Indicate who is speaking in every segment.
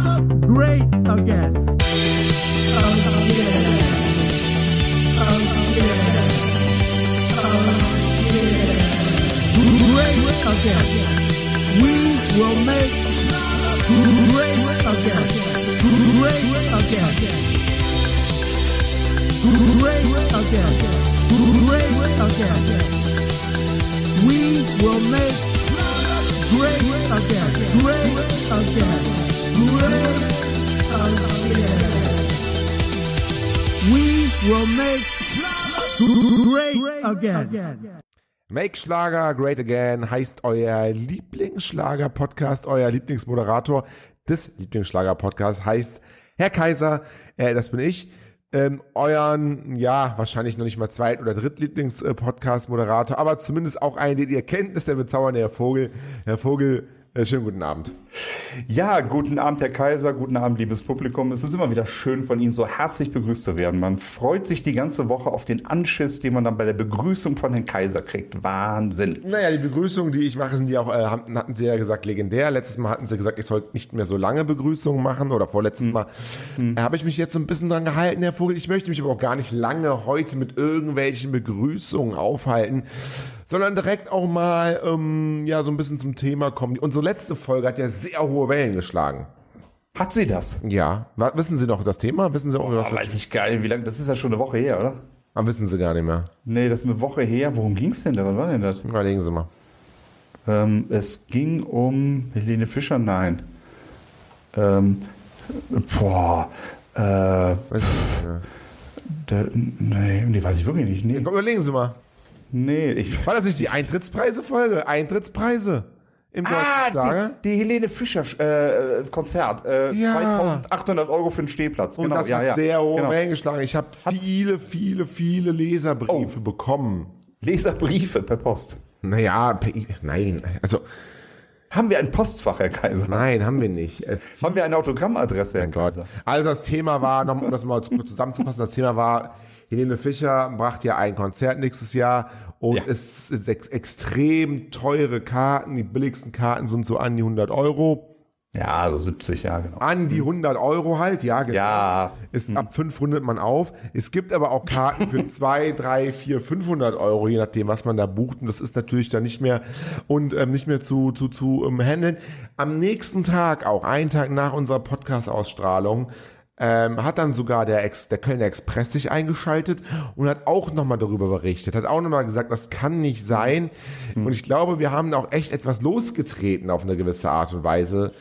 Speaker 1: great again. Again. Again. Again. Great again. We will make great again. Great again. Great again. Great again. We will make great again. Great again. Great again. We will make great again.
Speaker 2: Make Schlager Great Again heißt euer Lieblingsschlager-Podcast, euer Lieblingsmoderator des Lieblingsschlager-Podcasts heißt Herr Kaiser, äh, das bin ich, ähm, euren, ja, wahrscheinlich noch nicht mal zweit- oder drittlieblings-Podcast-Moderator, aber zumindest auch einen, den ihr kennt, ist der bezaubernde Herr Vogel. Herr Vogel, äh, schönen guten Abend.
Speaker 3: Ja, guten Abend, Herr Kaiser, guten Abend, liebes Publikum. Es ist immer wieder schön, von Ihnen so herzlich begrüßt zu werden. Man freut sich die ganze Woche auf den Anschiss, den man dann bei der Begrüßung von Herrn Kaiser kriegt. Wahnsinn.
Speaker 2: Naja, die Begrüßungen, die ich mache, sind ja auch, äh, haben- hatten sie ja gesagt, legendär. Letztes Mal hatten sie gesagt, ich sollte nicht mehr so lange Begrüßungen machen oder vorletztes Mal. Da habe ich mich jetzt so ein bisschen dran gehalten, Herr Vogel. Ich möchte mich aber auch gar nicht lange heute mit irgendwelchen Begrüßungen aufhalten, sondern direkt auch mal ähm, ja so ein bisschen zum Thema kommen. Unsere letzte Folge hat ja sehr hohe Wellen geschlagen.
Speaker 3: Hat sie das?
Speaker 2: Ja, Wa- wissen Sie noch das Thema? Wissen Sie auch, was?
Speaker 3: Oh, weiß ich gar nicht, wie lange. Das ist ja schon eine Woche her, oder?
Speaker 2: Ah, wissen Sie gar nicht mehr.
Speaker 3: Nee, das ist eine Woche her. Worum ging's denn da? Was war denn das?
Speaker 2: Überlegen Sie mal.
Speaker 3: Ähm, es ging um Helene Fischer, nein. Ähm, boah, äh, da,
Speaker 2: Weiß ich nicht mehr.
Speaker 3: nee, nee, weiß ich wirklich nicht. Nee,
Speaker 2: Komm, Überlegen Sie mal.
Speaker 3: nee ich,
Speaker 2: War das nicht die Eintrittspreise-Folge? Eintrittspreise im deutschen
Speaker 3: Ah,
Speaker 2: Schlager?
Speaker 3: die, die Helene Fischer äh, Konzert. Äh,
Speaker 2: Ja.
Speaker 3: 2800 Euro für einen Stehplatz.
Speaker 2: Und
Speaker 3: genau,
Speaker 2: das
Speaker 3: ja,
Speaker 2: hat
Speaker 3: ja.
Speaker 2: sehr hohe
Speaker 3: genau.
Speaker 2: Wellen geschlagen. Ich habe viele, viele, viele
Speaker 3: Oh.
Speaker 2: Leserbriefe bekommen.
Speaker 3: Leserbriefe per Post.
Speaker 2: Naja, per E- nein, also
Speaker 3: Haben wir ein Postfach, Herr Kaiser?
Speaker 2: nein, haben wir nicht. Äh,
Speaker 3: Haben wir eine Autogrammadresse, Herr
Speaker 2: mein Gott.
Speaker 3: Kaiser?
Speaker 2: Also das Thema war, noch, um das mal kurz zusammenzufassen, das Thema war, Helene Fischer bracht ja ein Konzert nächstes Jahr und
Speaker 3: Ja.
Speaker 2: es sind ex extrem teure Karten. Die billigsten Karten sind so an die 100 Euro.
Speaker 3: Ja, so 70, ja, genau.
Speaker 2: An die 100 Euro halt, ja, genau.
Speaker 3: Ja,
Speaker 2: Ist ab 5 rundet man auf. Es gibt aber auch Karten für 2, 3, 4, 500 Euro, je nachdem, was man da bucht. Und das ist natürlich dann nicht mehr und ähm, nicht mehr zu, zu, zu ähm, handeln. Am nächsten Tag, auch einen Tag nach unserer Podcast-Ausstrahlung, ähm, hat dann sogar der, Ex der Kölner Express sich eingeschaltet und hat auch nochmal darüber berichtet, hat auch nochmal gesagt, das kann nicht sein. Und ich glaube, wir haben auch echt etwas losgetreten auf eine gewisse Art und Weise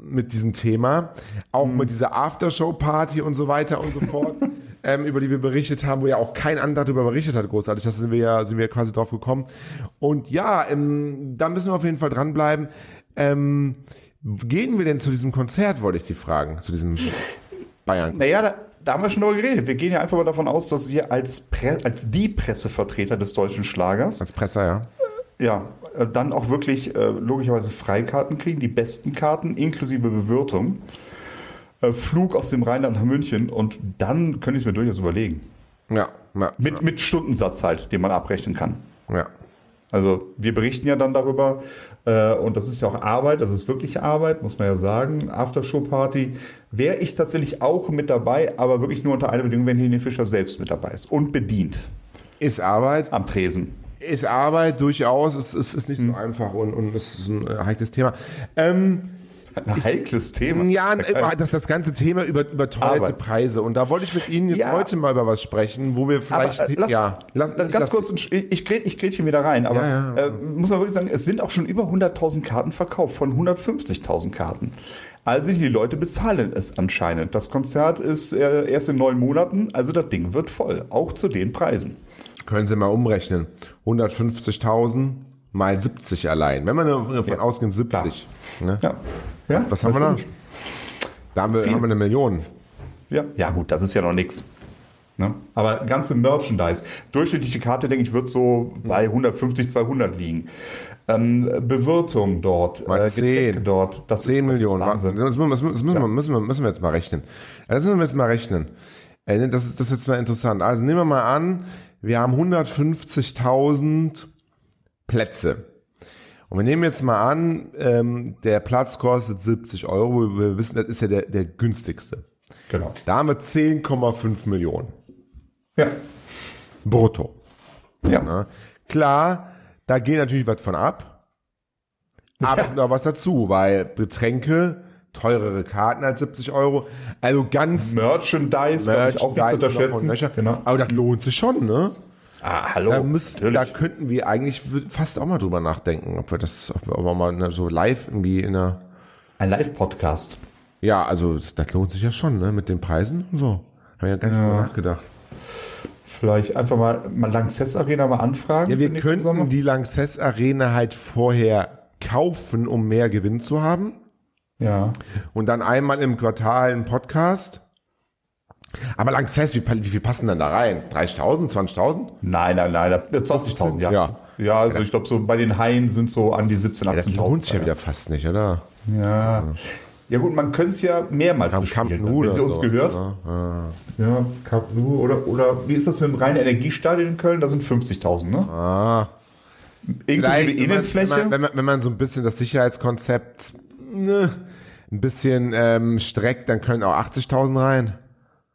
Speaker 2: mit diesem Thema, auch mit dieser Aftershow-Party und so weiter und so fort, ähm, über die wir berichtet haben, wo ja auch kein anderer darüber berichtet hat, großartig. Das sind wir ja, sind wir quasi drauf gekommen. Und ja, ähm, da müssen wir auf jeden Fall dranbleiben. Ähm, gehen wir denn zu diesem Konzert, wollte ich Sie fragen, zu diesem Bayern.
Speaker 3: Naja, da, da haben wir schon drüber geredet. Wir gehen ja einfach mal davon aus, dass wir als, Pre als die Pressevertreter des deutschen Schlagers
Speaker 2: Als Presser, ja.
Speaker 3: ja, äh, dann auch wirklich äh, logischerweise Freikarten kriegen, die besten Karten inklusive Bewirtung, äh, Flug aus dem Rheinland nach München und dann könnte ich es mir durchaus überlegen.
Speaker 2: Ja, ja,
Speaker 3: Mit, mit Stundensatz halt, den man abrechnen kann.
Speaker 2: ja.
Speaker 3: Also wir berichten ja dann darüber äh, und das ist ja auch Arbeit, das ist wirkliche Arbeit, muss man ja sagen. Aftershow-Party wäre ich tatsächlich auch mit dabei, aber wirklich nur unter einer Bedingung, wenn Helene Fischer selbst mit dabei ist und bedient
Speaker 2: Ist Arbeit,
Speaker 3: am Tresen.
Speaker 2: ist Arbeit durchaus, es ist, ist nicht so einfach und, und es ist ein äh, heikles Thema. Ähm,
Speaker 3: Ein heikles Thema.
Speaker 2: Ja, immer das, das ganze Thema über, über teuerte
Speaker 3: äh, Aber-
Speaker 2: Preise. Und da wollte ich mit Ihnen jetzt
Speaker 3: Ja.
Speaker 2: heute mal über was sprechen, wo wir vielleicht.
Speaker 3: Aber, äh, lass,
Speaker 2: ja,
Speaker 3: lass,
Speaker 2: lass-
Speaker 3: ganz
Speaker 2: lass-
Speaker 3: kurz, ich, ich, grätsch- ich grätsch hier wieder rein, aber
Speaker 2: Ja, ja.
Speaker 3: Äh, muss man wirklich sagen, es sind auch schon über 100.000 Karten verkauft von 150.000 Karten. Also die Leute bezahlen es anscheinend. Das Konzert ist äh, erst in neun Monaten, also das Ding wird voll, auch zu den Preisen.
Speaker 2: Können Sie mal umrechnen. 150.000 mal 70 allein. Wenn man davon ausgehen, 70. Ne?
Speaker 3: Ja. ja
Speaker 2: Was haben wir da?
Speaker 3: natürlich.
Speaker 2: Da haben wir, haben wir eine Million.
Speaker 3: Ja. ja gut, das ist ja noch nichts. Ne? Aber ganze Merchandise. Durchschnittliche Karte, denke ich, wird so bei 150, 200 liegen. Ähm, Bewirtung dort,
Speaker 2: Mal
Speaker 3: äh,
Speaker 2: 10.
Speaker 3: Getränke dort. Das
Speaker 2: 10
Speaker 3: ist, das
Speaker 2: Millionen.
Speaker 3: Ist Wahnsinn.
Speaker 2: Das müssen, wir- das müssen, wir, müssen, wir, müssen wir jetzt mal rechnen. Ja, Das müssen wir jetzt mal rechnen. Äh, Das ist, das ist jetzt mal interessant. Also nehmen wir mal an, wir haben 150.000 Plätze. Und wir nehmen jetzt mal an, ähm, der Platz kostet 70 Euro. Wir wissen, das ist ja der, der günstigste.
Speaker 3: Genau.
Speaker 2: Da haben wir 10,5 Millionen
Speaker 3: Ja.
Speaker 2: brutto.
Speaker 3: Ja.
Speaker 2: Ne? Klar, da geht natürlich was von ab. Aber noch was dazu, weil Getränke, teurere Karten als 70 Euro. Also ganz
Speaker 3: Merchandise, glaub ich, auch nicht
Speaker 2: Merchandise
Speaker 3: zu
Speaker 2: noch und
Speaker 3: unterschätzen. Genau.
Speaker 2: Löcher. Aber das lohnt sich schon, ne?
Speaker 3: Ah, hallo.
Speaker 2: Da, müssten, da
Speaker 3: natürlich.
Speaker 2: könnten wir eigentlich w- fast auch mal drüber nachdenken, ob wir das, ob wir, ob wir mal ne, so live irgendwie in einer.
Speaker 3: Ein Live-Podcast.
Speaker 2: Ja, also das, das lohnt sich ja schon, ne? Mit den Preisen und so. Haben wir ja gar nicht drüber nachgedacht.
Speaker 3: Vielleicht einfach mal, mal Lanxess Arena mal anfragen.
Speaker 2: Ja, wir
Speaker 3: für nächsten
Speaker 2: könnten
Speaker 3: Sommer.
Speaker 2: die Lanxess Arena halt vorher kaufen, um mehr Gewinn zu haben.
Speaker 3: Ja.
Speaker 2: Und dann einmal im Quartal einen Podcast. Aber Lanxess, wie, pa- wie viel passen denn da rein? 30.000, 20.000?
Speaker 3: Nein, nein, nein. da- 20.000, ja.
Speaker 2: Ja.
Speaker 3: Ja, also ich glaube, so bei den Haien sind so an die 17.000, 18.000.
Speaker 2: Das lohnt sich ja wieder fast nicht, oder?
Speaker 3: Ja. Ja gut, man könnte es ja mehrmals
Speaker 2: Am
Speaker 3: bespielen,
Speaker 2: Camp
Speaker 3: ne?
Speaker 2: Nou
Speaker 3: wenn sie
Speaker 2: oder
Speaker 3: uns
Speaker 2: so. ne?
Speaker 3: gehört.
Speaker 2: Ja, ja.
Speaker 3: Ja, Camp Nou oder, oder wie ist das mit dem reinen Energiestadion in Köln? Da sind 50.000, ne? Ah. Inklusive
Speaker 2: Vielleicht, wenn man-
Speaker 3: Innenfläche.
Speaker 2: Wenn man, wenn, man, wenn man so ein bisschen das Sicherheitskonzept ne, ein bisschen ähm, streckt, dann können auch 80.000 rein.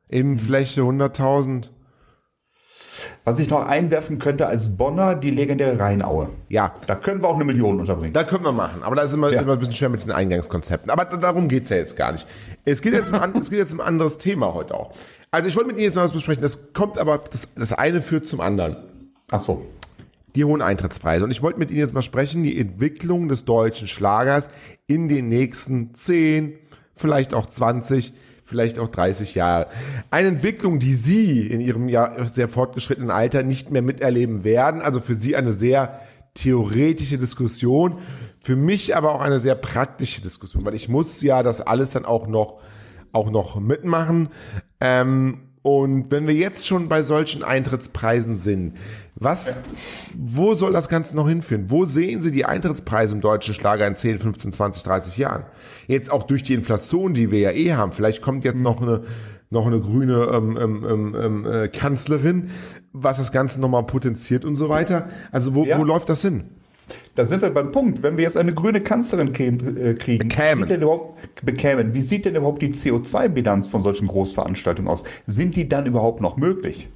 Speaker 2: Innenfläche 100.000.
Speaker 3: Was ich noch einwerfen könnte als Bonner, die legendäre Rheinaue.
Speaker 2: Ja,
Speaker 3: Da können wir auch eine Million unterbringen.
Speaker 2: da können wir machen. Aber da ist immer,
Speaker 3: Ja.
Speaker 2: immer ein bisschen schwer mit diesen Eingangskonzepten. Aber d- darum geht's ja jetzt gar nicht. Es geht jetzt um, an- es geht jetzt um ein anderes Thema heute auch. Also ich wollte mit Ihnen jetzt mal was besprechen. Das kommt aber, das, das eine führt zum anderen.
Speaker 3: Ach so.
Speaker 2: die hohen Eintrittspreise. Und ich wollte mit Ihnen jetzt mal sprechen, die Entwicklung des deutschen Schlagers in den nächsten 10, vielleicht auch 20, vielleicht auch 30 Jahre. Eine Entwicklung, die Sie in Ihrem ja sehr fortgeschrittenen Alter nicht mehr miterleben werden. Also für Sie eine sehr theoretische Diskussion, für mich aber auch eine sehr praktische Diskussion, weil ich muss ja das alles dann auch noch, auch noch mitmachen. Ähm, und wenn wir jetzt schon bei solchen Eintrittspreisen sind, was, wo soll das Ganze noch hinführen? Wo sehen Sie die Eintrittspreise im deutschen Schlager in 10, 15, 20, 30 Jahren? Jetzt auch durch die Inflation, die wir ja eh haben. Vielleicht kommt
Speaker 3: Hm.
Speaker 2: jetzt noch eine, noch eine grüne ähm, ähm, ähm, ähm, äh, Kanzlerin, was das Ganze nochmal potenziert und so weiter. Also wo,
Speaker 3: Ja.
Speaker 2: wo läuft das hin?
Speaker 3: Da sind wir beim Punkt. Wenn wir jetzt eine grüne Kanzlerin käm- äh, kriegen,
Speaker 2: Bekämen.
Speaker 3: Wie sieht denn überhaupt, bekämen, wie sieht denn überhaupt die CO2-Bilanz von solchen Großveranstaltungen aus? Sind die dann überhaupt noch möglich?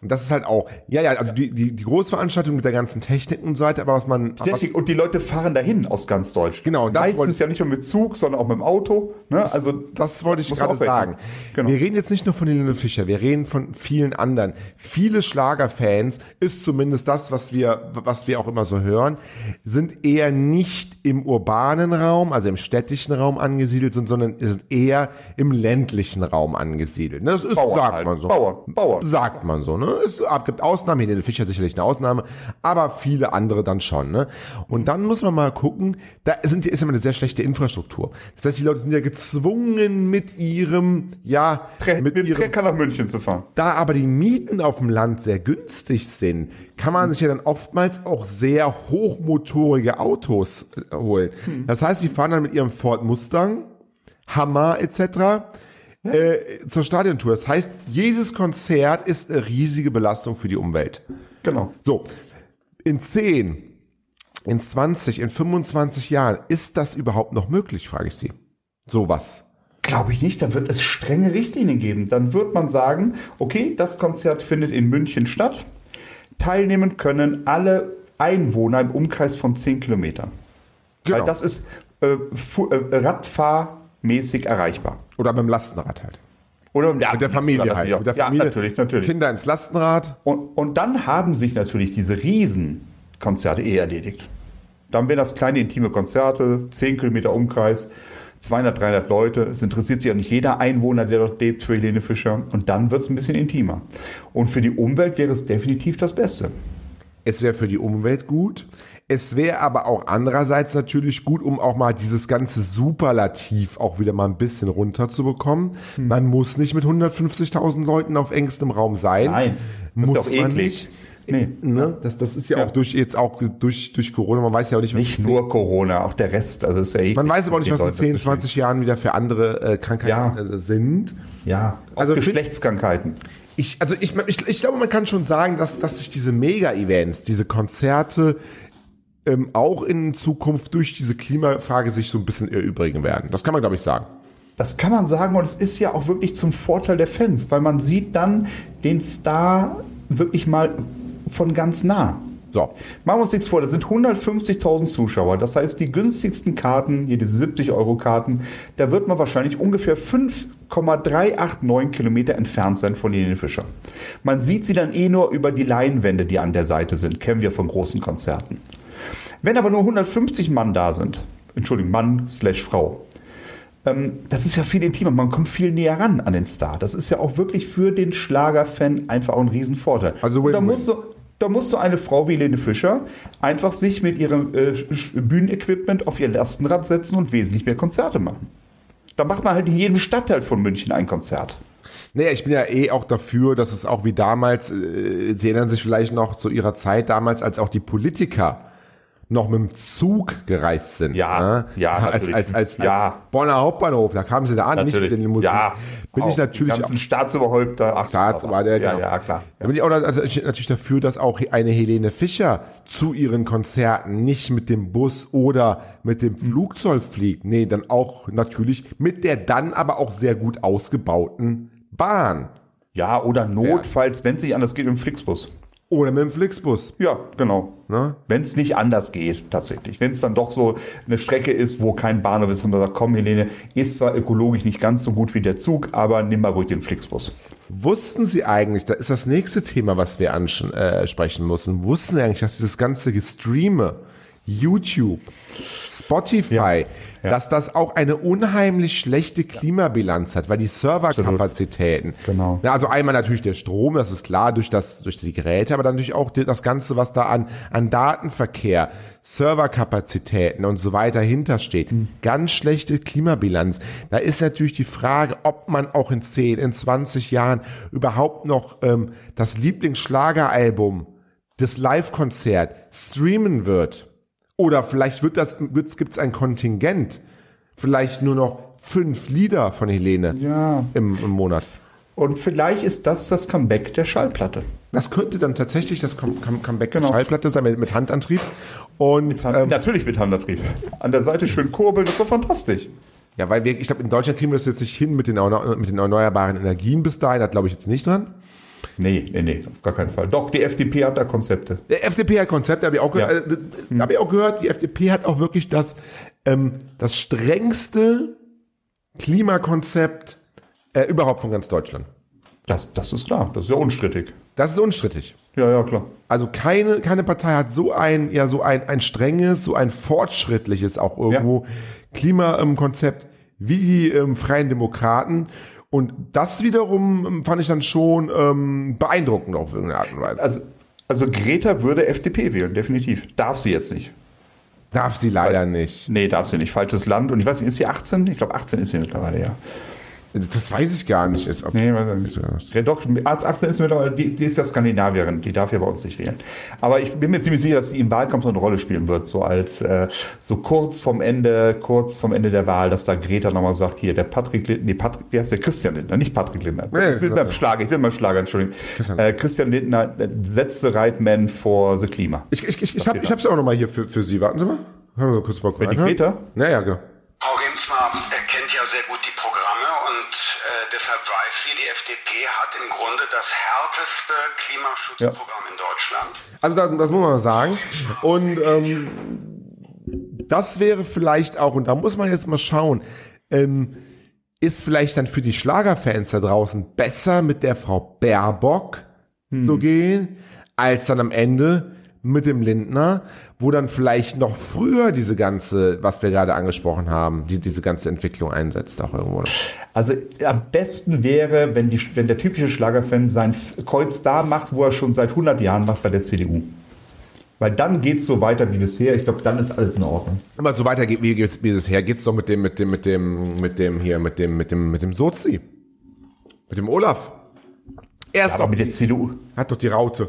Speaker 2: Und das ist halt auch, ja, ja, also die, die, die Großveranstaltung mit der ganzen Technik und so weiter, aber was man... was,
Speaker 3: Technik, und die Leute fahren dahin aus ganz Deutschland.
Speaker 2: Genau, das wollte-
Speaker 3: Meistens ja nicht nur mit Zug, sondern auch mit dem Auto. Ne? Also
Speaker 2: das wollte ich
Speaker 3: muss
Speaker 2: gerade
Speaker 3: man auch
Speaker 2: sagen.
Speaker 3: rechnen. Genau.
Speaker 2: Wir reden jetzt nicht nur von Helene Fischer, wir reden von vielen anderen. Viele Schlagerfans ist zumindest das, was wir, was wir auch immer so hören, sind eher nicht im urbanen Raum, also im städtischen Raum angesiedelt, sind, sondern sind eher im ländlichen Raum angesiedelt. Ne, Das ist,
Speaker 3: Bauern
Speaker 2: sagt
Speaker 3: halt.
Speaker 2: man so.
Speaker 3: Bauern, Bauern.
Speaker 2: Sagt man so, ne? Es gibt Ausnahmen, Helene Fischer sicherlich eine Ausnahme, aber viele andere dann schon, ne? Und dann muss man mal gucken, da sind, ist immer eine sehr schlechte Infrastruktur. Das heißt, die Leute sind ja gezwungen mit ihrem, ja,
Speaker 3: Tre mit, dem
Speaker 2: ihrem,
Speaker 3: Trecker nach München zu fahren.
Speaker 2: da aber die Mieten auf dem Land sehr günstig sind, kann man sich ja dann oftmals auch sehr hochmotorige Autos äh, holen.
Speaker 3: Hm.
Speaker 2: Das heißt, die fahren dann mit ihrem Ford Mustang, Hammer etc. Äh, zur Stadiontour. Das heißt, jedes Konzert ist eine riesige Belastung für die Umwelt.
Speaker 3: Genau.
Speaker 2: So, in 10, in 20, in 25 Jahren, ist das überhaupt noch möglich, frage ich Sie. Sowas.
Speaker 3: Glaube ich nicht, dann wird es strenge Richtlinien geben. Dann wird man sagen, okay, das Konzert findet in München statt. Teilnehmen können alle Einwohner im Umkreis von 10 Kilometern.
Speaker 2: Genau.
Speaker 3: Weil das ist äh, fu- äh, radfahrmäßig erreichbar.
Speaker 2: Oder mit dem Lastenrad halt.
Speaker 3: Oder ja,
Speaker 2: Mit der Familie halt.
Speaker 3: Ja,
Speaker 2: Mit der Familie.
Speaker 3: ja natürlich, natürlich.
Speaker 2: Kinder ins Lastenrad.
Speaker 3: Und, und dann haben sich natürlich diese Riesenkonzerte eh erledigt. Dann wären das kleine intime Konzerte, 10 Kilometer Umkreis, 200, 300 Leute. Es interessiert sich auch nicht jeder Einwohner, der dort lebt, für Helene Fischer. Und dann wird es ein bisschen intimer. Und für die Umwelt wäre es definitiv das Beste.
Speaker 2: Es wäre für die Umwelt gut. Es wäre aber auch andererseits natürlich gut, um auch mal dieses ganze Superlativ auch wieder mal ein bisschen runterzubekommen.
Speaker 3: Hm.
Speaker 2: Man muss nicht mit 150.000 Leuten auf engstem Raum sein.
Speaker 3: Nein, das ist
Speaker 2: muss
Speaker 3: ja auch
Speaker 2: man
Speaker 3: eklig.
Speaker 2: nicht.
Speaker 3: Nee.
Speaker 2: Ne? Das, das ist ja,
Speaker 3: Ja.
Speaker 2: auch durch jetzt auch durch, durch Corona. Man weiß ja auch nicht, was
Speaker 3: Nicht nur Corona, auch der Rest. Also es ist ja eklig,
Speaker 2: man weiß aber auch nicht,
Speaker 3: die
Speaker 2: was in
Speaker 3: Leute
Speaker 2: 10,
Speaker 3: zu schlägen.
Speaker 2: 20 Jahren wieder für andere äh, Krankheiten
Speaker 3: Ja.
Speaker 2: äh, sind.
Speaker 3: Ja, auch
Speaker 2: Also
Speaker 3: also
Speaker 2: fit-
Speaker 3: Geschlechtskrankheiten.
Speaker 2: Ich, also ich, ich, ich glaube, man kann schon sagen, dass, dass sich diese Mega-Events, diese Konzerte ähm, auch in Zukunft durch diese Klimafrage sich so ein bisschen erübrigen werden. Das kann man, glaube ich, sagen.
Speaker 3: Das kann man sagen und es ist ja auch wirklich zum Vorteil der Fans, weil man sieht dann den Star wirklich mal von ganz nah.
Speaker 2: So.
Speaker 3: Machen wir uns nichts vor, das sind 150.000 Zuschauer. Das heißt, die günstigsten Karten, hier diese 70-Euro-Karten, da wird man wahrscheinlich ungefähr 5,389 Kilometer entfernt sein von Helene Fischer. Man sieht sie dann eh nur über die Leinwände, die an der Seite sind. Kennen wir von großen Konzerten. Wenn aber nur 150 Mann da sind, Entschuldigung, Mann slash Frau, ähm, das ist ja viel intimer. Man kommt viel näher ran an den Star. Das ist ja auch wirklich für den Schlagerfan einfach auch ein Riesenvorteil.
Speaker 2: Also
Speaker 3: Und da
Speaker 2: win-win.
Speaker 3: musst du da muss so eine Frau wie Helene Fischer einfach sich mit ihrem äh, Sch- Bühnenequipment auf ihr Lastenrad setzen und wesentlich mehr Konzerte machen. Da macht man halt in jedem Stadtteil von München ein Konzert.
Speaker 2: Naja, ich bin ja eh auch dafür, dass es auch wie damals, äh, Sie erinnern sich vielleicht noch zu Ihrer Zeit damals, als auch die Politiker noch mit dem Zug gereist sind. ne?
Speaker 3: Ja, ja,
Speaker 2: als,
Speaker 3: natürlich.
Speaker 2: als, als, als
Speaker 3: Ja.
Speaker 2: Bonner Hauptbahnhof, da kamen sie da an, nicht mit den Limousinen.
Speaker 3: Ja,
Speaker 2: bin ich
Speaker 3: auch
Speaker 2: natürlich
Speaker 3: Die
Speaker 2: auch,
Speaker 3: ganzen Staatsoberhäupter. Ach,
Speaker 2: Staatsoberhäupter,
Speaker 3: ja,
Speaker 2: genau.
Speaker 3: ja, klar.
Speaker 2: da bin ich auch da- also ich- natürlich dafür, dass auch eine Helene Fischer zu ihren Konzerten nicht mit dem Bus oder mit dem Flugzeug fliegt. Nee, dann auch natürlich mit der dann aber auch sehr gut ausgebauten Bahn
Speaker 3: Ja, oder notfalls, wenn es nicht anders geht, im Flixbus.
Speaker 2: oder mit dem Flixbus.
Speaker 3: Ja, genau.
Speaker 2: Ne?
Speaker 3: Wenn es nicht anders geht, tatsächlich. Wenn es dann doch so eine Strecke ist, wo kein Bahnhof ist und man sagt, komm Helene, ist zwar ökologisch nicht ganz so gut wie der Zug, aber nimm mal ruhig den Flixbus.
Speaker 2: Wussten Sie eigentlich, da ist das nächste Thema, was wir ansprechen äh, sprechen müssen, wussten Sie eigentlich, dass dieses ganze Gestreame, YouTube, Spotify, dass das auch eine unheimlich schlechte Klimabilanz hat, weil die Serverkapazitäten.
Speaker 3: Genau.
Speaker 2: Na, also einmal natürlich der Strom, das ist klar, durch, das, durch die Geräte, aber dann natürlich auch die- das Ganze, was da an, an Datenverkehr, Serverkapazitäten und so weiter hintersteht.
Speaker 3: Hm.
Speaker 2: Ganz schlechte Klimabilanz. Da ist natürlich die Frage, ob man auch in 10, in 20 Jahren überhaupt noch ähm, das Lieblingsschlageralbum, das Live-Konzert streamen wird. Oder vielleicht wird das, gibt es ein Kontingent, vielleicht nur noch fünf Lieder von Helene
Speaker 3: Ja.
Speaker 2: im, im Monat.
Speaker 3: Und vielleicht ist das das Comeback der Schallplatte.
Speaker 2: Das könnte dann tatsächlich das Com- Com- Comeback der
Speaker 3: Genau.
Speaker 2: Schallplatte sein mit, mit Handantrieb. Und ähm,
Speaker 3: Natürlich mit Handantrieb. An der Seite schön kurbeln, das ist doch fantastisch.
Speaker 2: ja, weil wir, ich glaube, in Deutschland kriegen wir das jetzt nicht hin mit den, erneu- mit den erneuerbaren Energien bis dahin. Da glaube ich jetzt nicht dran.
Speaker 3: Nee, nee, nee, auf gar keinen Fall. Doch, die FDP hat da Konzepte.
Speaker 2: Der FDP hat Konzepte, habe ich, auch ge-
Speaker 3: Ja. Hm.
Speaker 2: äh, da hab ich auch gehört. Die FDP hat auch wirklich das, ähm, das strengste Klimakonzept äh, überhaupt von ganz Deutschland.
Speaker 3: Das, das ist klar, das ist ja unstrittig.
Speaker 2: Das ist unstrittig.
Speaker 3: Ja, ja, klar.
Speaker 2: Also keine, keine Partei hat so ein, ja, so ein, ein strenges, so ein fortschrittliches auch irgendwo Klimakonzept wie die ähm, Freien Demokraten. Und das wiederum ähm, fand ich dann schon ähm, beeindruckend auf irgendeine Art und Weise.
Speaker 3: Also, also Greta würde FDP wählen, definitiv. Darf sie jetzt nicht.
Speaker 2: Darf sie leider nicht.
Speaker 3: Nee, darf sie nicht. Falsches Land. Und ich weiß nicht, ist sie 18? Ich glaube, 18 ist sie mittlerweile, ja.
Speaker 2: Das weiß ich gar nicht. Ist,
Speaker 3: Nee, weiß ich
Speaker 2: Ja.
Speaker 3: nicht. Ja, doch, Arzt 18 ist mittlerweile, die, ist- die ist ja Skandinavierin, die darf ja bei uns nicht wählen. Aber ich bin mir ziemlich sicher, dass sie im Wahlkampf so eine Rolle spielen wird, so als äh, so kurz vom Ende, kurz vom Ende der Wahl, dass da Greta nochmal sagt, hier, der Patrick Lindner, nee, Patrick, wie heißt der Christian Lindner, nicht Patrick Lindner.
Speaker 2: Nee,
Speaker 3: ich bin beim Schlager, ich bin beim Schlager, Entschuldigung. Christian, äh, Christian Lindner, äh, set the right man for the Klima.
Speaker 2: Ich, ich, ich, ich habe ich hab's auch nochmal hier für, für Sie. Warten Sie mal. Können wir kurz mal gucken.
Speaker 3: die Greta?
Speaker 2: Naja, genau.
Speaker 4: Frau Remsmar äh, kennt ja sehr gut die Programme und äh, deshalb weiß sie, die FDP hat im Grunde das härteste Klimaschutzprogramm in Deutschland.
Speaker 2: Also das, das muss man mal sagen. Und ähm, das wäre vielleicht auch, und da muss man jetzt mal schauen, ähm, ist vielleicht dann für die Schlagerfans da draußen besser mit der Frau Baerbock zu gehen, als dann am Ende mit dem Lindner, wo dann vielleicht noch früher diese ganze, was wir gerade angesprochen haben, die, diese ganze Entwicklung einsetzt auch irgendwo. Noch.
Speaker 3: Also am besten wäre, wenn, die, wenn der typische Schlagerfan sein F- Kreuz da macht, wo er schon seit 100 Jahren macht bei der CDU. Weil dann geht es so weiter wie bisher. Ich glaube, dann ist alles in Ordnung.
Speaker 2: Aber so weiter geht, wie geht's, wie ist es her? Geht's doch mit dem, mit dem, mit dem, mit dem hier, mit dem, mit dem, mit dem Sozi. Mit dem Olaf. Erst
Speaker 3: Aber
Speaker 2: doch,
Speaker 3: mit der CDU.
Speaker 2: hat doch die Raute.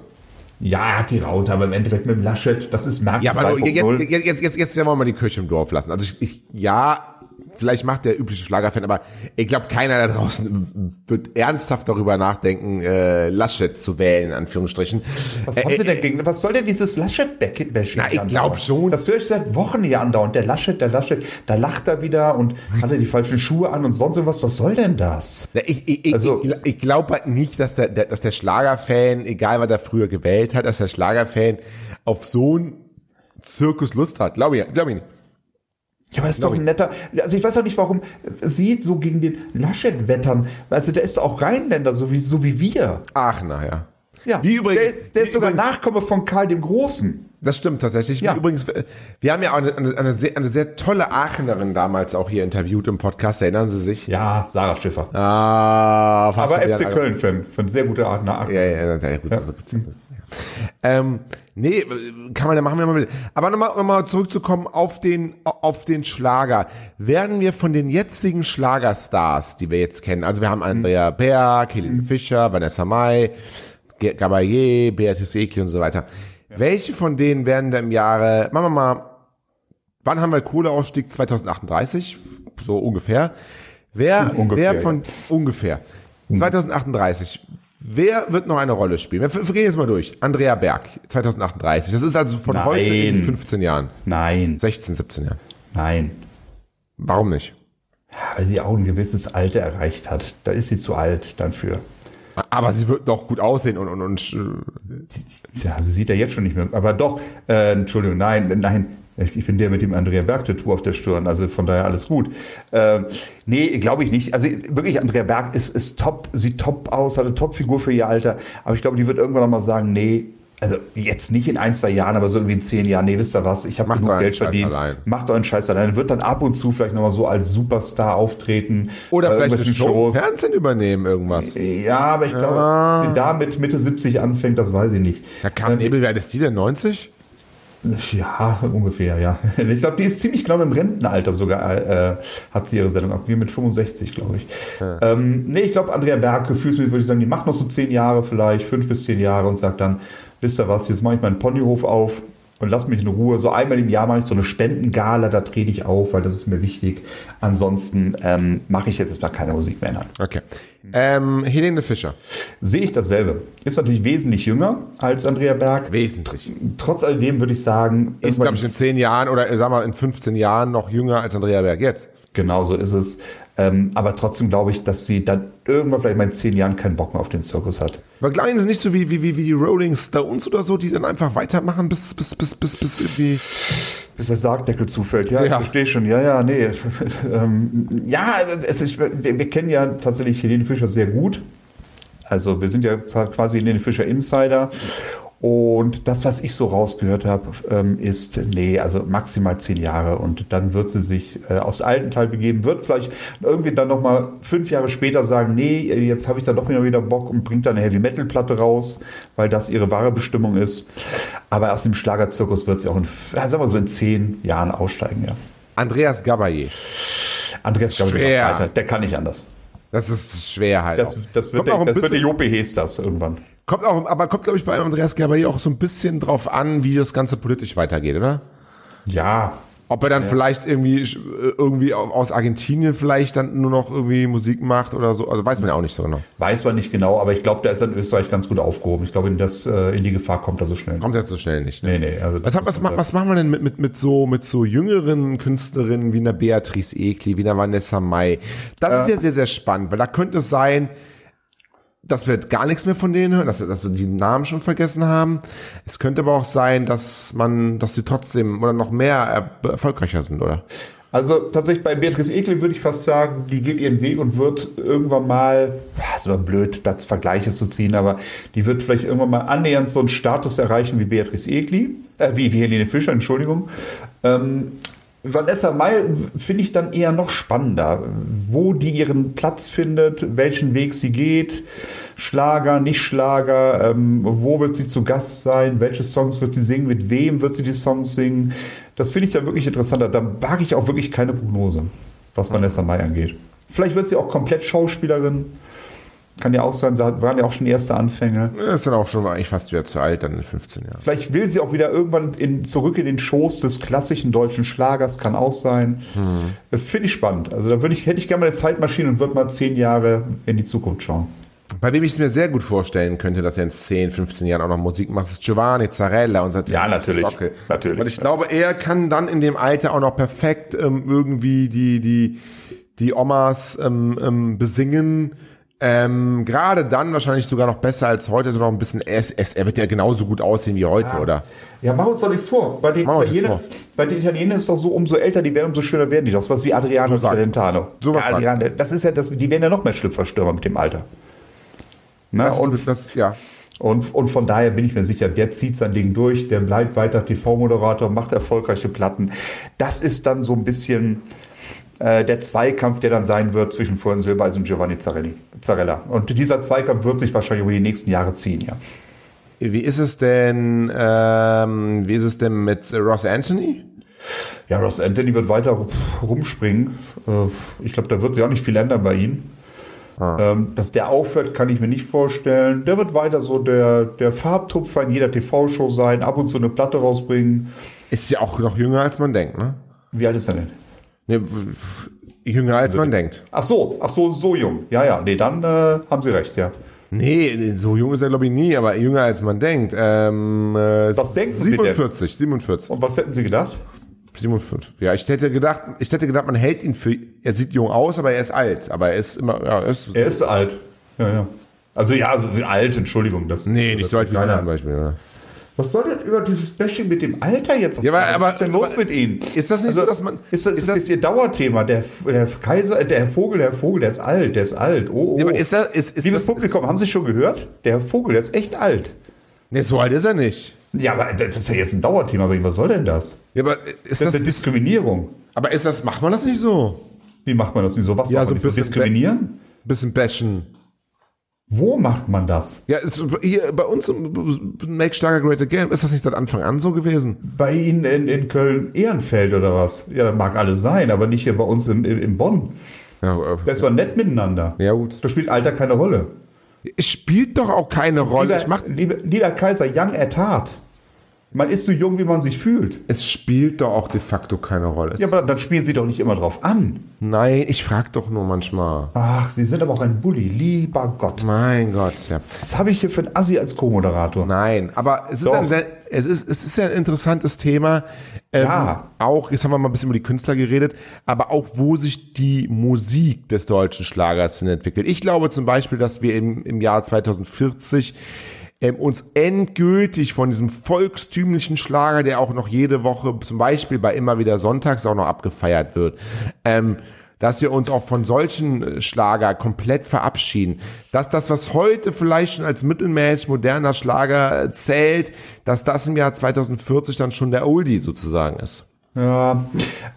Speaker 3: Ja, hat die Raute, aber im Endeffekt mit dem Laschet, das ist Merkel
Speaker 2: Ja, aber
Speaker 3: 2.0.
Speaker 2: jetzt, jetzt, jetzt, jetzt, jetzt wollen wir mal die Kirche im Dorf lassen. Also ich, ich ja, vielleicht macht der übliche Schlagerfan, aber ich glaube, keiner da draußen wird ernsthaft darüber nachdenken, äh, Laschet zu wählen, in Anführungsstrichen.
Speaker 3: Was
Speaker 2: Äh,
Speaker 3: haben Sie
Speaker 2: äh,
Speaker 3: denn gegen, was soll denn dieses Laschet-Bashing?
Speaker 2: Na, ich glaub schon.
Speaker 3: Das höre ich seit Wochen hier andauernd. Der Laschet, der Laschet, da lacht er wieder und hat er die falschen Schuhe an und sonst irgendwas. Was soll denn das?
Speaker 2: Na, Ich, ich, ich,
Speaker 3: Also-
Speaker 2: ich, ich glaube halt nicht, dass der, der, dass der Schlagerfan, egal was er früher gewählt hat, dass der Schlagerfan auf so einen Zirkus Lust hat. Glaube ich, glaub ich nicht.
Speaker 3: Ja, aber das ist doch ein netter. Also ich weiß auch nicht, warum Sie so gegen den Laschet wettern. Also der ist auch Rheinländer, so wie, so wie wir.
Speaker 2: Ach, naja.
Speaker 3: Ja,
Speaker 2: Wie übrigens,
Speaker 3: der, ist- der
Speaker 2: wie
Speaker 3: ist sogar
Speaker 2: übrigens-
Speaker 3: Nachkomme von Karl dem Großen.
Speaker 2: Das stimmt tatsächlich.
Speaker 3: Ja.
Speaker 2: Wie übrigens, äh, wir haben ja auch eine, eine, eine, sehr, eine sehr tolle Aachenerin damals auch hier interviewt im Podcast, erinnern Sie sich?
Speaker 3: Ja, Sarah Schiffer.
Speaker 2: Ah, fast
Speaker 3: aber
Speaker 2: mal wieder
Speaker 3: FC
Speaker 2: ein-
Speaker 3: Köln-Fan, von sehr guter Art ne? nach.
Speaker 2: Ja, ja, ja, ja, gut. also gibt's- ja. Ähm, nee, kann man ja machen, wenn man will. Aber nochmal um mal zurückzukommen auf den, auf den Schlager. Werden wir von den jetzigen Schlagerstars, die wir jetzt kennen, also wir haben Andrea Berg, Helene Fischer, Vanessa Mai, G- Gabayé, Beatrice Egli und so weiter. Welche von denen werden da im Jahre, machen wir mal, wann haben wir Kohleausstieg? 2038, so ungefähr. Wer,
Speaker 3: Ungefähr,
Speaker 2: wer von ungefähr Hm. 2038? Wer wird noch eine Rolle spielen? Wir, wir gehen jetzt mal durch. Andrea Berg 2038. Das ist also von
Speaker 3: Nein.
Speaker 2: heute in 15 Jahren,
Speaker 3: Nein,
Speaker 2: 16, 17 Jahren.
Speaker 3: nein.
Speaker 2: Warum nicht?
Speaker 3: Weil sie auch ein gewisses Alter erreicht hat. Da ist sie zu alt dann für.
Speaker 2: Aber sie wird doch gut aussehen und und und. äh,
Speaker 3: Ja, sie sieht ja jetzt schon nicht mehr. Aber doch, äh, Entschuldigung, nein, nein. Ich bin der mit dem Andrea Berg-Tattoo auf der Stirn, also von daher alles gut. Ähm, nee, glaube ich nicht. Also wirklich, Andrea Berg ist, ist top, sieht top aus, hat eine Top-Figur für ihr Alter. Aber ich glaube, die wird irgendwann noch mal sagen, nee, also jetzt nicht in ein, zwei Jahren, aber so irgendwie in zehn Jahren, nee, wisst ihr was, ich habe
Speaker 2: Macht
Speaker 3: genug
Speaker 2: euren
Speaker 3: Geld
Speaker 2: Scheiß
Speaker 3: verdient.
Speaker 2: allein.
Speaker 3: Macht euren Scheiß allein. Wird dann ab und zu vielleicht noch mal so als Superstar auftreten.
Speaker 2: Oder
Speaker 3: bei
Speaker 2: vielleicht eine
Speaker 3: irgendwelchen
Speaker 2: Show im äh, Fernsehen übernehmen irgendwas.
Speaker 3: Ja, aber ich glaube, dass sie da mit Mitte 70 anfängt, das weiß ich nicht. Ähm,
Speaker 2: Da kam Nebel, wie alt ist die denn? 90?
Speaker 3: Ja, ungefähr, ja. Ich glaube, die ist ziemlich genau im Rentenalter sogar, äh, hat sie ihre Sendung abgegeben, mit 65, glaube ich. Ähm, nee, ich glaube, Andrea Berg, gefühlsmäßig würde ich sagen, die macht noch so zehn Jahre vielleicht, fünf bis zehn Jahre und sagt dann, wisst ihr was, jetzt mache ich meinen Ponyhof auf und lass mich in Ruhe. So einmal im Jahr mache ich so eine Spendengala, da trete ich auf, weil das ist mir wichtig. Ansonsten ähm, mache ich jetzt erstmal keine Musik mehr in Hand.
Speaker 2: Okay. Ähm, Helene Fischer.
Speaker 3: Sehe ich dasselbe. Ist natürlich wesentlich jünger als Andrea Berg.
Speaker 2: Wesentlich.
Speaker 3: Trotz alledem würde ich sagen,
Speaker 2: Ist, glaube ich, in 10 Jahren oder äh, sagen wir mal, in 15 Jahren noch jünger als Andrea Berg jetzt.
Speaker 3: Genau so ist es. Ähm, aber trotzdem glaube ich, dass sie dann irgendwann vielleicht mal in zehn Jahren keinen Bock mehr auf den Zirkus hat.
Speaker 2: Aber Klein ist nicht so wie, wie, wie, wie die Rolling Stones oder so, die dann einfach weitermachen bis, bis, bis, bis, bis irgendwie.
Speaker 3: Bis der Sargdeckel zufällt. Ja, ich
Speaker 2: Ja.
Speaker 3: verstehe schon. Ja, ja, nee. ähm, ja, also es ist, wir, wir kennen ja tatsächlich Helene Fischer sehr gut. Also wir sind ja quasi Helene Fischer Insider. Und das, was ich so rausgehört habe, ähm, ist, nee, also maximal zehn Jahre. Und dann wird sie sich äh, aufs alten Teil begeben, wird vielleicht irgendwie dann nochmal fünf Jahre später sagen, nee, jetzt habe ich da doch wieder wieder Bock und bringt dann eine Heavy-Metal-Platte raus, weil das ihre wahre Bestimmung ist. Aber aus dem Schlagerzirkus wird sie auch in, ja, sagen wir so in zehn Jahren aussteigen, ja.
Speaker 2: Andreas Gabayé.
Speaker 3: Andreas, glaube ich,
Speaker 2: Schwer.
Speaker 3: macht weiter. Der kann nicht anders.
Speaker 2: Das ist schwer halt.
Speaker 3: Das,
Speaker 2: auch.
Speaker 3: das wird
Speaker 2: kommt,
Speaker 3: der,
Speaker 2: auch ein
Speaker 3: das wird der
Speaker 2: bisschen,
Speaker 3: Jope Hesters irgendwann.
Speaker 2: kommt auch, aber kommt, glaube ich, bei Andreas Gabayé auch so ein bisschen drauf an, wie das Ganze politisch weitergeht, oder?
Speaker 3: Ja,
Speaker 2: Ob er dann vielleicht irgendwie, sch- irgendwie au- aus Argentinien vielleicht dann nur noch irgendwie Musik macht oder so. Also weiß man ja auch nicht so genau.
Speaker 3: Weiß man nicht genau, aber ich glaube, da ist er in Österreich ganz gut aufgehoben. Ich glaube, in, das, äh, in die Gefahr kommt er so schnell.
Speaker 2: Kommt ja so schnell nicht. Ne?
Speaker 3: Nee, nee. Also
Speaker 2: Was, hat, was, ma- was machen wir denn mit, mit, mit, so, mit so jüngeren Künstlerinnen wie einer Beatrice Egli, wie einer Vanessa Mai? Das ist ja sehr, sehr spannend, weil da könnte es sein, dass wir gar nichts mehr von denen hören, dass, wir- dass wir die Namen schon vergessen haben. Es könnte aber auch sein, dass man, dass sie trotzdem oder noch mehr er, erfolgreicher sind, oder?
Speaker 3: Also tatsächlich bei Beatrice Egli würde ich fast sagen, die geht ihren Weg und wird irgendwann mal, ja, ist immer blöd, das Vergleiche zu ziehen, aber die wird vielleicht irgendwann mal annähernd so einen Status erreichen wie Beatrice Egli, äh, wie, wie Helene Fischer, Entschuldigung. Ähm, Vanessa Mai finde ich dann eher noch spannender, wo die ihren Platz findet, welchen Weg sie geht, Schlager, nicht Schlager, ähm, wo wird sie zu Gast sein, welche Songs wird sie singen, mit wem wird sie die Songs singen. Das finde ich ja wirklich interessanter. Da wage ich auch wirklich keine Prognose, was Vanessa Mai angeht. Vielleicht wird sie auch komplett Schauspielerin. Kann ja auch sein, waren ja auch schon erste Anfänge.
Speaker 2: Das ist dann auch schon eigentlich fast wieder zu alt, dann in 15 Jahren.
Speaker 3: Vielleicht will sie auch wieder irgendwann in, zurück in den Schoß des klassischen deutschen Schlagers, kann auch sein. Hm. Finde ich spannend. Also da würde ich, hätte ich gerne mal eine Zeitmaschine und würde mal zehn Jahre in die Zukunft schauen.
Speaker 2: Bei dem ich es mir sehr gut vorstellen könnte, dass er in 10, 15 Jahren auch noch Musik macht, ist Giovanni Zarella, unser
Speaker 3: Ja, natürlich.
Speaker 2: Glocke.
Speaker 3: Natürlich.
Speaker 2: Und ich glaube, er kann dann in dem Alter auch noch perfekt ähm, irgendwie die, die, die Omas ähm, ähm, besingen. Ähm, Gerade dann wahrscheinlich sogar noch besser als heute, ist er noch ein bisschen SS. Er wird ja genauso gut aussehen wie heute, oder?
Speaker 3: Ja, machen wir uns doch nichts vor. Bei den,
Speaker 2: Machen wir uns nichts
Speaker 3: Italienern, bei den Italienern ist doch so, umso älter die werden, umso schöner werden die doch. Sowas wie Adriano
Speaker 2: So sagt-
Speaker 3: Celentano.
Speaker 2: so was
Speaker 3: ja, Adriano, das ist ja, das, die werden ja noch mehr Schlüpferstürmer mit dem Alter. Na,
Speaker 2: Das,
Speaker 3: und,
Speaker 2: ist- das, ja.
Speaker 3: und, und von daher bin ich mir sicher, der zieht sein Ding durch, der bleibt weiter TV-Moderator, macht erfolgreiche Platten. Das ist dann so ein bisschen äh, der Zweikampf, der dann sein wird zwischen Florian Silbereisen und Giovanni Zarelli, Zarella. Und dieser Zweikampf wird sich wahrscheinlich über die nächsten Jahre ziehen, ja.
Speaker 2: Wie ist es denn, ähm, wie ist es denn mit äh, Ross Anthony?
Speaker 3: Ja, Ross Anthony wird weiter ru- rumspringen. Äh, Ich glaube, da wird sich auch nicht viel ändern bei ihm. Ähm, Dass der aufhört, kann ich mir nicht vorstellen. Der wird weiter so der, der Farbtupfer in jeder TV-Show sein, ab und zu eine Platte rausbringen.
Speaker 2: Ist ja auch noch jünger als man denkt, ne?
Speaker 3: Wie alt ist er denn?
Speaker 2: ne w- jünger als man denkt.
Speaker 3: Ach so, ach so, so jung. Ja, ja, nee, dann äh, haben Sie recht, ja.
Speaker 2: Nee, so jung ist er glaube ich nie, aber jünger als man denkt. Ähm, äh,
Speaker 3: Was denken Sie denn?
Speaker 2: 47, 47,
Speaker 3: Und was hätten Sie gedacht?
Speaker 2: 47. Ja, ich hätte gedacht, ich hätte gedacht, man hält ihn für, er sieht jung aus, aber er ist alt, aber er ist immer, ja, er ist,
Speaker 3: Er ist alt. Ja, ja. Also ja, also alt, Entschuldigung. Das,
Speaker 2: nee, nicht so alt wie du
Speaker 3: Nein, nein.
Speaker 2: zum Beispiel. Ja.
Speaker 3: Was soll denn über dieses Special mit dem Alter jetzt?
Speaker 2: Ja, aber- aber-
Speaker 3: was ist denn los
Speaker 2: aber-
Speaker 3: mit Ihnen? Also,
Speaker 2: Ist das nicht so, dass man-
Speaker 3: Ist das,
Speaker 2: ist
Speaker 3: ist
Speaker 2: das-
Speaker 3: das jetzt Ihr Dauerthema? Der, der Kaiser, äh, der Vogel, der Vogel, der ist alt, der ist alt. Oh, oh.
Speaker 2: Ja, aber ist das, ist, ist
Speaker 3: Liebes
Speaker 2: das,
Speaker 3: Publikum, haben Sie schon gehört? Der Vogel, der ist echt alt.
Speaker 2: nee, so alt ist er nicht.
Speaker 3: Ja, aber das ist ja jetzt ein Dauerthema bei Ihnen. Was soll denn das?
Speaker 2: Ja, aber ist
Speaker 3: Das
Speaker 2: das,
Speaker 3: ist eine Diskriminierung.
Speaker 2: aber ist das, macht man das nicht so?
Speaker 3: Wie macht man das? Wieso? Was
Speaker 2: Ja,
Speaker 3: macht
Speaker 2: so
Speaker 3: man
Speaker 2: ein
Speaker 3: das?
Speaker 2: bisschen-
Speaker 3: Diskriminieren?
Speaker 2: Bisschen bashen.
Speaker 3: Wo macht man das?
Speaker 2: Ja, ist, hier bei uns im Make Starker Great Again, ist das nicht seit Anfang an so gewesen?
Speaker 3: Bei Ihnen in, in Köln Ehrenfeld oder was? Ja, das mag alles sein, aber nicht hier bei uns in, in, in Bonn.
Speaker 2: Ja, äh,
Speaker 3: Da ist man nett miteinander.
Speaker 2: Ja, gut.
Speaker 3: Da spielt Alter keine Rolle.
Speaker 2: Es spielt doch auch keine Rolle.
Speaker 3: Lieber,
Speaker 2: ich mach,
Speaker 3: lieber, lieber Kaiser, young at heart. Man ist so jung, wie man sich fühlt.
Speaker 2: es spielt doch auch de facto keine Rolle.
Speaker 3: Ja, aber dann spielen Sie doch nicht immer drauf an.
Speaker 2: Nein, ich frag doch nur manchmal.
Speaker 3: Ach, Sie sind aber auch ein Bulli, lieber Gott.
Speaker 2: Mein Gott, ja.
Speaker 3: Was habe ich hier für ein Assi als Co-Moderator?
Speaker 2: Nein, aber es ist,
Speaker 3: Doch.
Speaker 2: ein, sehr, es ist, es ist ja ein interessantes Thema. Ähm,
Speaker 3: Ja.
Speaker 2: Auch, jetzt haben wir mal ein bisschen über die Künstler geredet, aber auch, wo sich die Musik des deutschen Schlagers hin entwickelt. Ich glaube zum Beispiel, dass wir im, im Jahr 2040 ähm, uns endgültig von diesem volkstümlichen Schlager, der auch noch jede Woche, zum Beispiel bei immer wieder Sonntags auch noch abgefeiert wird, ähm, dass wir uns auch von solchen äh, Schlager komplett verabschieden. Dass das, was heute vielleicht schon als mittelmäßig moderner Schlager äh, zählt, dass das im Jahr 2040 dann schon der Oldie sozusagen ist.
Speaker 3: Ja,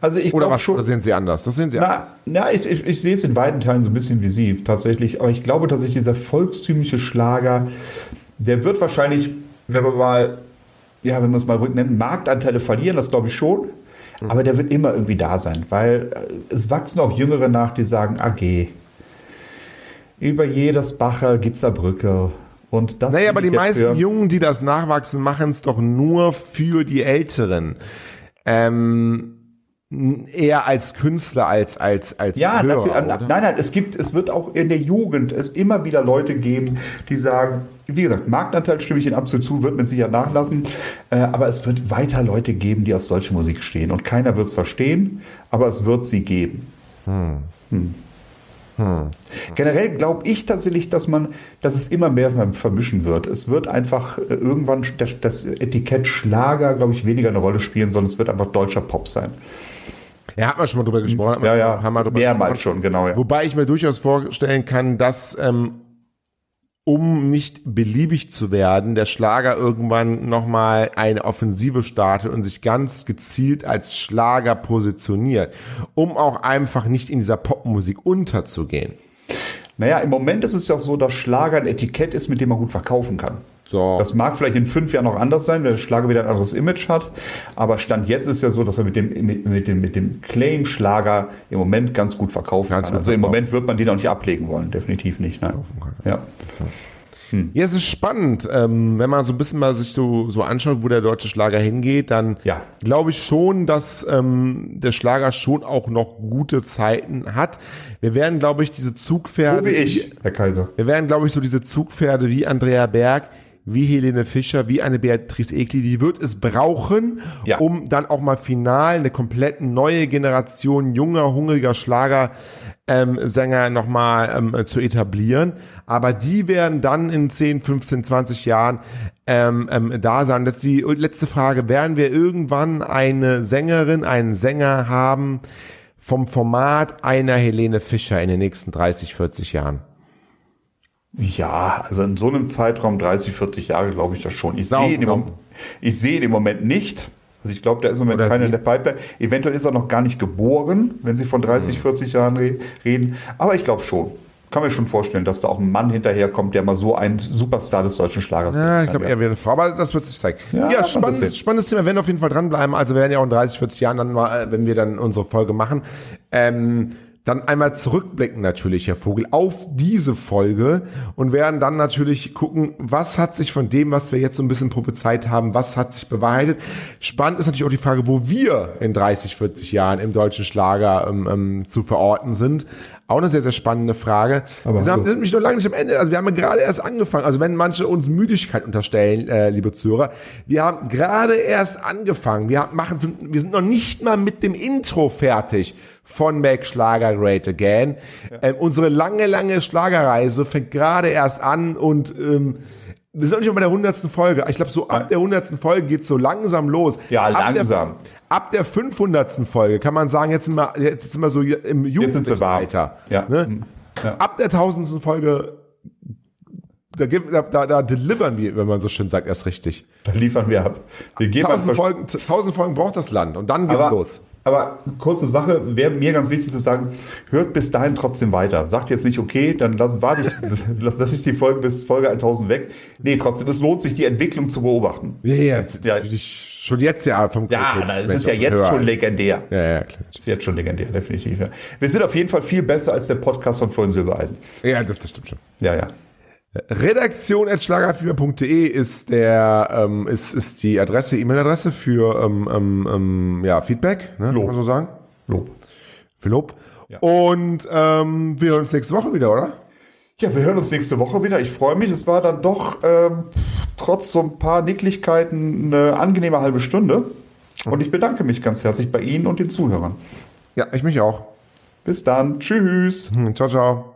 Speaker 3: also ich
Speaker 2: Oder
Speaker 3: glaube
Speaker 2: was? Oder
Speaker 3: schon.
Speaker 2: sehen Sie anders? Das sehen Sie anders.
Speaker 3: Na, na ich, ich, ich sehe es in beiden Teilen so ein bisschen wie Sie tatsächlich. Aber ich glaube tatsächlich, dieser volkstümliche Schlager, der wird wahrscheinlich, wenn wir mal, ja, wenn wir es mal ruhig nennen, Marktanteile verlieren, das glaube ich schon.
Speaker 2: Mhm.
Speaker 3: Aber der wird immer irgendwie da sein, weil äh, es wachsen auch Jüngere nach, die sagen, AG. Über jedes Bacher gibt's da Brücke. Und das
Speaker 2: Naja,
Speaker 3: nehme
Speaker 2: aber die
Speaker 3: ich jetzt
Speaker 2: meisten
Speaker 3: für-
Speaker 2: Jungen, die das nachwachsen, machen es doch nur für die Älteren. Ähm, n- eher als Künstler, als, als, als
Speaker 3: Ja,
Speaker 2: Hörer,
Speaker 3: natürlich.
Speaker 2: oder?
Speaker 3: Nein, nein, es gibt, es wird auch in der Jugend es immer wieder Leute geben, die sagen, wie gesagt, Marktanteil stimme ich Ihnen absolut zu, wird mit Sicherheit nachlassen, äh, aber es wird weiter Leute geben, die auf solche Musik stehen und keiner wird es verstehen, aber es wird sie geben. Hm. Generell glaube ich tatsächlich, dass man, dass es immer mehr ver- vermischen wird. Es wird einfach äh, irgendwann sch- das, das Etikett Schlager, glaube ich, weniger eine Rolle spielen, sondern es wird einfach deutscher Pop sein.
Speaker 2: Ja, hat man schon mal drüber gesprochen. Hat man
Speaker 3: Ja,
Speaker 2: Haben wir
Speaker 3: ja,
Speaker 2: drüber
Speaker 3: mehrmals
Speaker 2: gesprochen.
Speaker 3: schon, genau. Ja.
Speaker 2: Wobei ich mir durchaus vorstellen kann, dass ähm, um nicht beliebig zu werden, der Schlager irgendwann nochmal eine Offensive startet und sich ganz gezielt als Schlager positioniert, um auch einfach nicht in dieser Popmusik unterzugehen.
Speaker 3: Naja, im Moment ist es ja auch so, dass Schlager ein Etikett ist, mit dem man gut verkaufen kann. So. Das mag vielleicht in fünf Jahren noch anders sein, weil der Schlager wieder ein anderes Image hat. Aber Stand jetzt ist ja so, dass wir mit dem, mit, mit dem, mit dem Claim Schlager im Moment ganz gut verkaufen
Speaker 2: Ganz
Speaker 3: kann.
Speaker 2: gut
Speaker 3: also im
Speaker 2: verkaufen.
Speaker 3: Moment wird man den auch nicht ablegen wollen, definitiv nicht. Nein. Ja.
Speaker 2: Ja, es ist spannend. Ähm, wenn man so ein bisschen mal sich so, so anschaut, wo der deutsche Schlager hingeht, dann
Speaker 3: Ja.
Speaker 2: glaube ich schon, dass ähm, der Schlager schon auch noch gute Zeiten hat. Wir werden, glaube ich, diese Zugpferde.
Speaker 3: So wie ich, Herr Kaiser.
Speaker 2: Wir werden, glaube ich, so diese Zugpferde wie Andrea Berg, wie Helene Fischer, wie eine Beatrice Egli, die wird es brauchen,
Speaker 3: Ja.
Speaker 2: um dann auch mal final eine komplett neue Generation junger, hungriger Schlager ähm, Sänger nochmal ähm, zu etablieren. Aber die werden dann in 10, 15, 20 Jahren ähm, ähm, da sein. Das ist die letzte Frage. Werden wir irgendwann eine Sängerin, einen Sänger haben vom Format einer Helene Fischer in den nächsten 30, 40 Jahren?
Speaker 3: Ja, also in so einem Zeitraum 30, 40 Jahre glaube ich das schon. Ich
Speaker 2: Sau-
Speaker 3: sehe ihn, im
Speaker 2: sau-
Speaker 3: Mom- ich sehe ihn im Moment nicht. Also ich glaube, da ist im Moment
Speaker 2: Oder
Speaker 3: keiner in
Speaker 2: sie.
Speaker 3: der Pipeline. Eventuell ist er noch gar nicht geboren, wenn Sie von
Speaker 2: Hm.
Speaker 3: 30, 40 Jahren re reden. Aber ich glaube schon. Kann mir schon vorstellen, dass da auch ein Mann hinterherkommt, der mal so ein Superstar des deutschen Schlagers
Speaker 2: Ja, ich
Speaker 3: werden kann,
Speaker 2: glaube eher wieder eine Frau, aber das wird sich zeigen. Ja,
Speaker 3: Ja, mal sehen.
Speaker 2: spannendes, spannendes Thema. Wir werden auf jeden Fall dranbleiben. Also wir werden ja auch in 30, 40 Jahren dann mal, äh, wenn wir dann unsere Folge machen, ähm, dann einmal zurückblicken natürlich, Herr Vogel, auf diese Folge und werden dann natürlich gucken, was hat sich von dem, was wir jetzt so ein bisschen prophezeit haben, was hat sich bewahrheitet. Spannend ist natürlich auch die Frage, wo wir in 30, 40 Jahren im deutschen Schlager ähm, ähm, zu verorten sind. Auch eine sehr, sehr spannende Frage.
Speaker 3: Aber
Speaker 2: wir sind-
Speaker 3: hallo.
Speaker 2: sind nämlich noch lange nicht am Ende. Also wir haben ja gerade erst angefangen. Also wenn manche uns Müdigkeit unterstellen, äh, liebe Zuhörer, wir haben gerade erst angefangen. Wir haben- machen, sind, wir sind noch nicht mal mit dem Intro fertig von Mac Schlager Great Again. Ähm, unsere lange, lange Schlagerreise fängt gerade erst an und ähm, wir sind noch nicht mal bei der hundertsten Folge. Ich glaube, so ab der hundertsten Folge geht's so langsam los.
Speaker 3: Ja,
Speaker 2: ab
Speaker 3: langsam.
Speaker 2: Der, ab der 500. Folge kann man sagen, jetzt sind wir, jetzt sind wir so im
Speaker 3: Jetzt sind sie warm.
Speaker 2: Jugendalter.
Speaker 3: Ja.
Speaker 2: Ne? Ab der tausendsten Folge, da, gibt- da, da, da delivern wir, wenn man so schön sagt, erst richtig.
Speaker 3: Da liefern wir ab. Wir geben
Speaker 2: Tausend
Speaker 3: was
Speaker 2: Folgen, tausend Folgen braucht das Land und dann geht's
Speaker 3: aber,
Speaker 2: los.
Speaker 3: Aber kurze Sache, wäre mir ganz wichtig zu sagen, hört bis dahin trotzdem weiter. Sagt jetzt nicht, okay, dann lass, warte ich, lass, lass ich die Folge bis Folge 1000 weg. Nee, trotzdem, es lohnt sich, die Entwicklung zu beobachten.
Speaker 2: Ja, ja, jetzt,
Speaker 3: Ja.
Speaker 2: ich- Schon jetzt ja vom
Speaker 3: Ja,
Speaker 2: Qualitäts-
Speaker 3: das ist ja jetzt
Speaker 2: Hörer.
Speaker 3: schon legendär.
Speaker 2: Ja, ja, klar.
Speaker 3: Das ist jetzt schon legendär, definitiv. Ja. Wir sind auf jeden Fall viel besser als der Podcast von Florian Silbereisen.
Speaker 2: Ja, das, das stimmt schon.
Speaker 3: Ja, ja.
Speaker 2: Redaktion ist der ähm, ist, ist die Adresse, E-Mail-Adresse für ähm, ähm, ähm, ja, Feedback, ne, kann
Speaker 3: Lob.
Speaker 2: man so sagen.
Speaker 3: Lob.
Speaker 2: Für Lob. Und ähm, wir hören uns nächste Woche wieder, oder?
Speaker 3: Ja, wir hören uns nächste Woche wieder. Ich freue mich. Es war dann doch ähm, trotz so ein paar Nicklichkeiten eine angenehme halbe Stunde. Und ich bedanke mich ganz herzlich bei Ihnen und den Zuhörern.
Speaker 2: Ja, ich mich auch. Hm,
Speaker 3: Bis dann. Tschüss.
Speaker 2: Ciao, ciao.